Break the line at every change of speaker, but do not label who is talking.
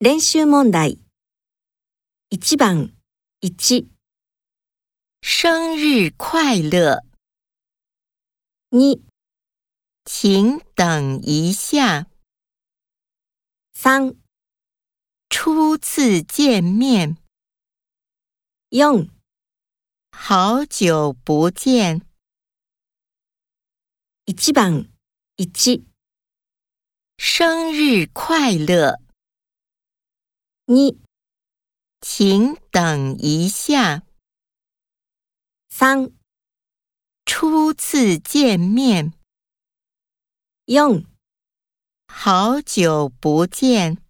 練習問題。1番、1、
生日快乐！
2、
请等一下，
3、
初次见面，
4。
好久不见。
1番、1、
生日快乐！
2、
请等一下，
3、
初次见面，
4。
好久不见。